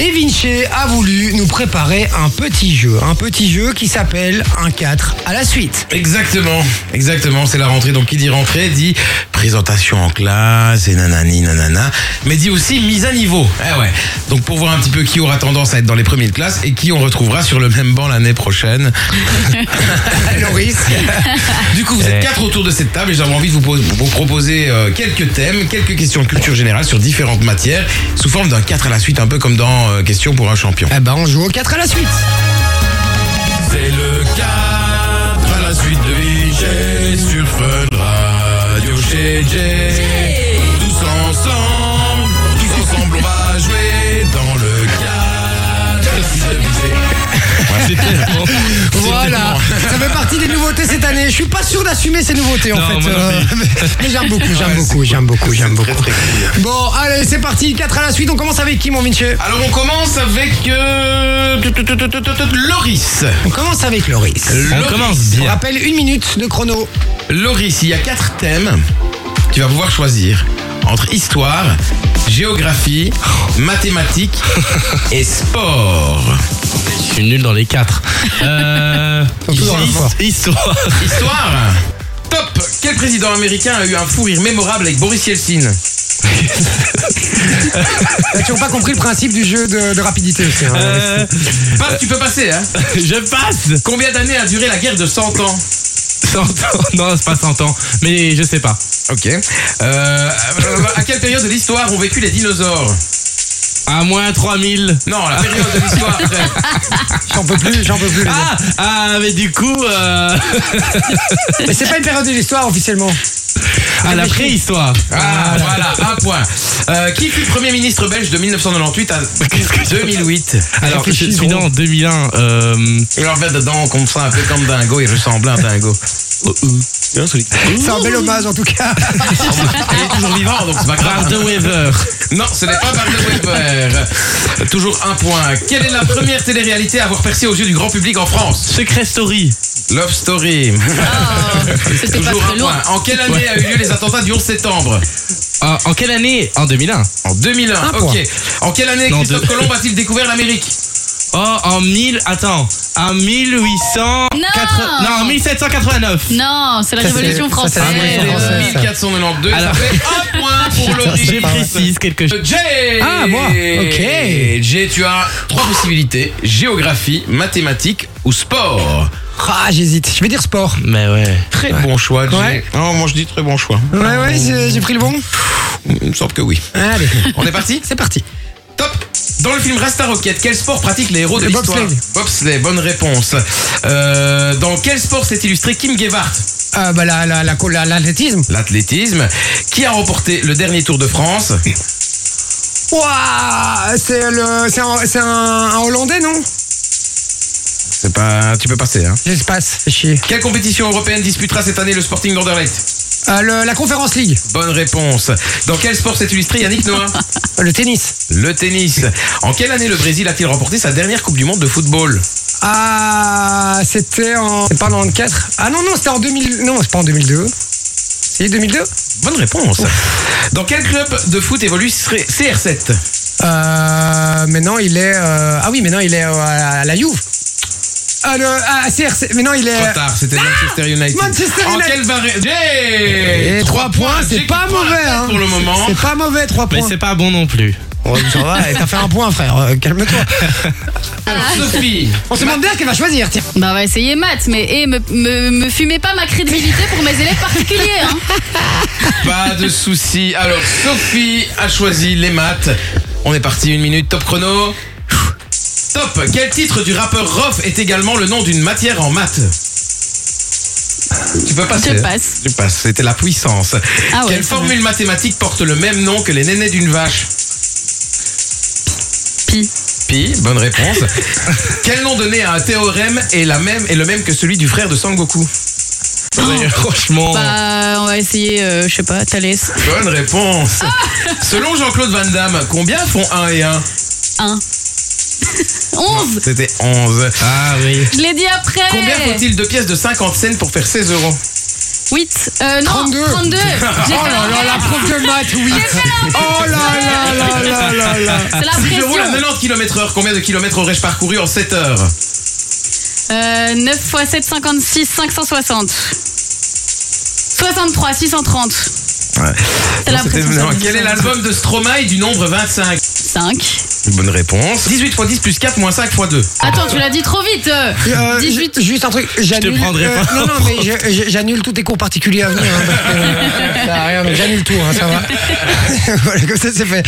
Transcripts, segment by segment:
Et Vinci a voulu nous préparer un petit jeu, un petit jeu qui s'appelle un 4 à la suite. Exactement, exactement, c'est la rentrée. Donc qui dit rentrée dit présentation en classe et nanani nanana, mais dit aussi mise à niveau. Eh ouais. Donc pour voir un petit peu qui aura tendance à être dans les premiers de classe et qui on retrouvera sur le même banc l'année prochaine. Eh, Loris, Du coup, vous êtes quatre autour de cette table et j'avais envie de vous, pos- vous proposer euh, quelques thèmes, quelques questions de culture générale sur différentes matières sous forme d'un 4 à la suite, un peu comme dans euh, Question pour un champion. eh ben on joue au 4 à la suite. C'est le 4 à la suite de VG sur Fun Radio chez Jay. Tous ensemble, tous ensemble, on va jouer dans le 4 à la suite de hein. Voilà, ça fait partie des nouveautés cette année. Je suis pas sûr d'assumer ces nouveautés en Non, fait. moi non euh, mais j'aime beaucoup, j'aime beaucoup, j'aime beaucoup, j'aime beaucoup. Bon, allez, c'est parti, 4 à la suite. On commence avec qui, mon Vinci Alors on commence avec euh, tut, tut, tut, tut, tut, tut, Loris. On commence avec Loris. On Loris. commence On bien. rappelle une minute de chrono. Loris, il y a quatre thèmes. Tu vas pouvoir choisir entre histoire, géographie, mathématiques et sport. Je suis nul dans les quatre. Euh, Surtout dans le his- fort. histoire. Histoire Top Quel président américain a eu un fou rire mémorable avec Boris Yeltsin T'as toujours pas compris le principe du jeu de, de rapidité aussi. hein, Loris. Euh, Passe, tu peux passer, hein je passe. Combien d'années a duré la guerre de 100 ans 100 ans. Non, c'est pas 100 ans. Mais je sais pas. Ok. Euh, à quelle période de l'histoire ont vécu les dinosaures À moins 3000. Non, la période de l'histoire. frère. J'en peux plus, j'en peux plus. les gars. Ah, ah, mais du coup, euh, Mais c'est pas une période de l'histoire officiellement. à la préhistoire. Ah, voilà, un point. Euh, qui fut premier ministre belge de 1998 à 2008 Alors, je Réfléchis, suis gros. dans en 2001. Euh, Il en fait dedans comme ça, un peu comme Dingo, il ressemblait à Dingo. C'est un bel hommage en tout cas. Il est toujours vivant, donc c'est pas grave. Bar de Weaver. Non, ce n'est pas Barbara Weber. Toujours un point. Quelle est la première télé-réalité à avoir percé aux yeux du grand public en France Secret Story. Love Story. C'était Ah, pas Toujours un très loin. point. En quelle année a eu lieu les attentats du 11 septembre En, en quelle année En 2001. En 2001. Un ok. point. En quelle année Non, Christophe deux. Colomb a-t-il découvert l'Amérique Oh, en 1000. Attends. En 1800. Non. non, en 1789. Non, c'est la Ça, c'est- Révolution ça, c'est française. la C'est Révolution française. ça. 1492. Alors- Ça fait un point pour le Je précise quelque chose. Jay Ah, moi. Ok. Jay, tu as trois possibilités géographie, mathématiques ou sport. Ah, j'hésite. Je vais dire sport. Mais ouais. Très bon choix, Jay. Ouais. Non, moi je dis très bon choix. Ouais, ouais, j'ai j'ai pris le bon. Il me semble que oui. Allez, On est parti c'est parti. Top Dans le film Rasta Rocket, quel sport pratiquent les héros de Le l'histoire bobsleigh. Bobsleigh, bonne réponse. Euh, dans quel sport s'est illustré Kim Gevart Euh, bah, la, la, la, la- l'athlétisme. L'athlétisme. Qui a remporté le dernier Tour de France Ouah, c'est le, c'est un, c'est un- un Hollandais, non C'est pas... Tu peux passer, hein. Je passe, fais chier. Quelle compétition européenne disputera cette année le Sporting d'Anderlecht Euh, le- la Conférence League, Bonne réponse. Dans quel sport s'est illustré Yannick Noah Euh, le tennis. Le tennis. En quelle année le Brésil a-t-il remporté sa dernière Coupe du Monde de football Ah, c'était en. C'est pas en 94 Ah non, non, c'était en 2000. Non, c'est pas en 2002. C'est 2002 Bonne réponse. Dans quel club de foot évolue CR7 Euh. Maintenant, il est. euh, Ah oui, maintenant, il est euh, à la Juve. Ah, le. Ah, CRC. Maintenant, il est. Trop tard, c'était Manchester United. ah, Manchester En United. quelle variante Hey Et trois points, c'est J'ai pas qui prend la mauvais, tête hein. Pour le moment. C'est pas mauvais, 3 Mais points. c'est pas bon non plus. Oh, ça va, et t'as fait un point, frère. euh, Calme-toi. Alors, Sophie, On se demande bien qu'elle va choisir, tiens. Bah, on va essayer maths, mais eh, me, me, me fumez pas ma crédibilité pour mes élèves particuliers. Hein. pas de souci. Alors, Sophie a choisi les maths. On est parti, une minute, top chrono. Top Quel titre du rappeur Rof est également le nom d'une matière en maths Tu peux passer Je hein passe. Tu passes, c'était la puissance. Ah ouais, Quelle ça formule mathématique porte le même nom que les nénés d'une vache Pi. Pi, bonne réponse. Quel nom donné à un théorème est, la même, est le même que celui du frère de Sangoku Ouais, Franchement. Bah, on va essayer, euh, je sais pas, Thalès. Bonne réponse. Ah. Selon Jean-Claude Van Damme, combien font 1 et 1 1. 11. C'était 11. Ah oui. Je l'ai dit après. Combien faut-il de pièces de 50 cents pour faire 16 euros 8. Euh, non, 32. 32. J'ai Oh fait là là, la prof de maths, oui. Oh là là là là là là. C'est la Si je pression. roule à 90 km heure, combien de kilomètres aurais-je parcouru en 7 heures Euh, 9 x 7, 56, 560. 63, 630. C'est la Bon, c'était- pression. ça, non, le Quel est sang. l'album de Stromae du nombre 25 5. Bonne réponse. 18 x 10 plus 4 moins 5 x 2. Attends, tu l'as dit trop vite. euh. Euh, 18. ju- Juste un truc, j'annule. euh, prendrai pas. non, non, mais je- je- j'annule tous tes cours particuliers à venir. hein, parce que, euh, ça sert à rien, donc j'annule tout, hein, ça va. voilà, comme ça, c'est fait.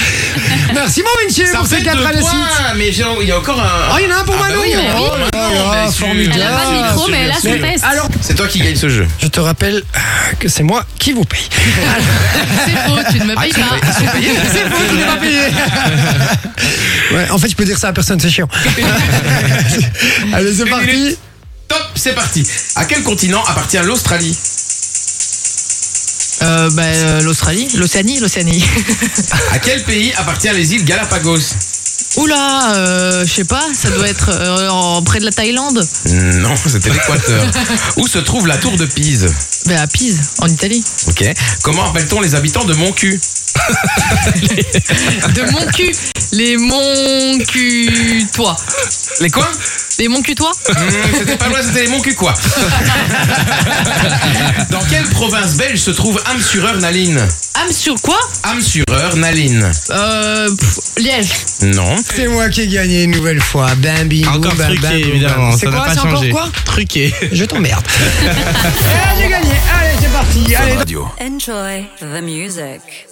Merci, mon Vinci, Ça pour ces fait 4 à deux la suite. points, mais j'ai- il y a encore Oh, un. il y en a un pour Ah bah Manon oui, Oh bah oui, là bah oui, là, bien sûr. formidable. Elle a pas de micro, mais là, Mais c'est test. Alors, C'est toi qui gagne ce jeu. je te rappelle euh, que c'est moi qui vous paye. C'est faux, tu ne me Ah, payes pas. c'est vous qui n'avez pas payé. ouais, en fait, je peux dire ça à personne, c'est chiant. Allez, c'est Une parti. minute. Top, c'est parti. À quel continent appartient l'Australie Euh, bah, euh, L'Australie, l'Océanie, l'Océanie. À quel pays appartient les îles Galapagos Oula, euh, je sais pas, ça doit être euh, en- près de la Thaïlande. Non, c'était l'Équateur. Où se trouve la tour de Pise Bah, à Pise, en Italie. Ok. Comment appelle-t-on les habitants de mon cul De mon cul, les mon cul toi. Les quoi Les mon cul toi Hmm, C'était pas loin, c'était les mon cul quoi. Dans quelle province belge se trouve Amsureur-Naline Ah, Âme sur quoi Amsureur-Naline. euh, pff, Liège. Non. C'est moi qui ai gagné une nouvelle fois. Bam, bim, boum, Encore bam, truqué, bam, boum, bam. évidemment. C'est ça n'a quoi pas C'est encore changé. quoi Truqué. Je t'emmerde. Eh, J'ai gagné. Allez, c'est parti. Allez, Enjoy the music.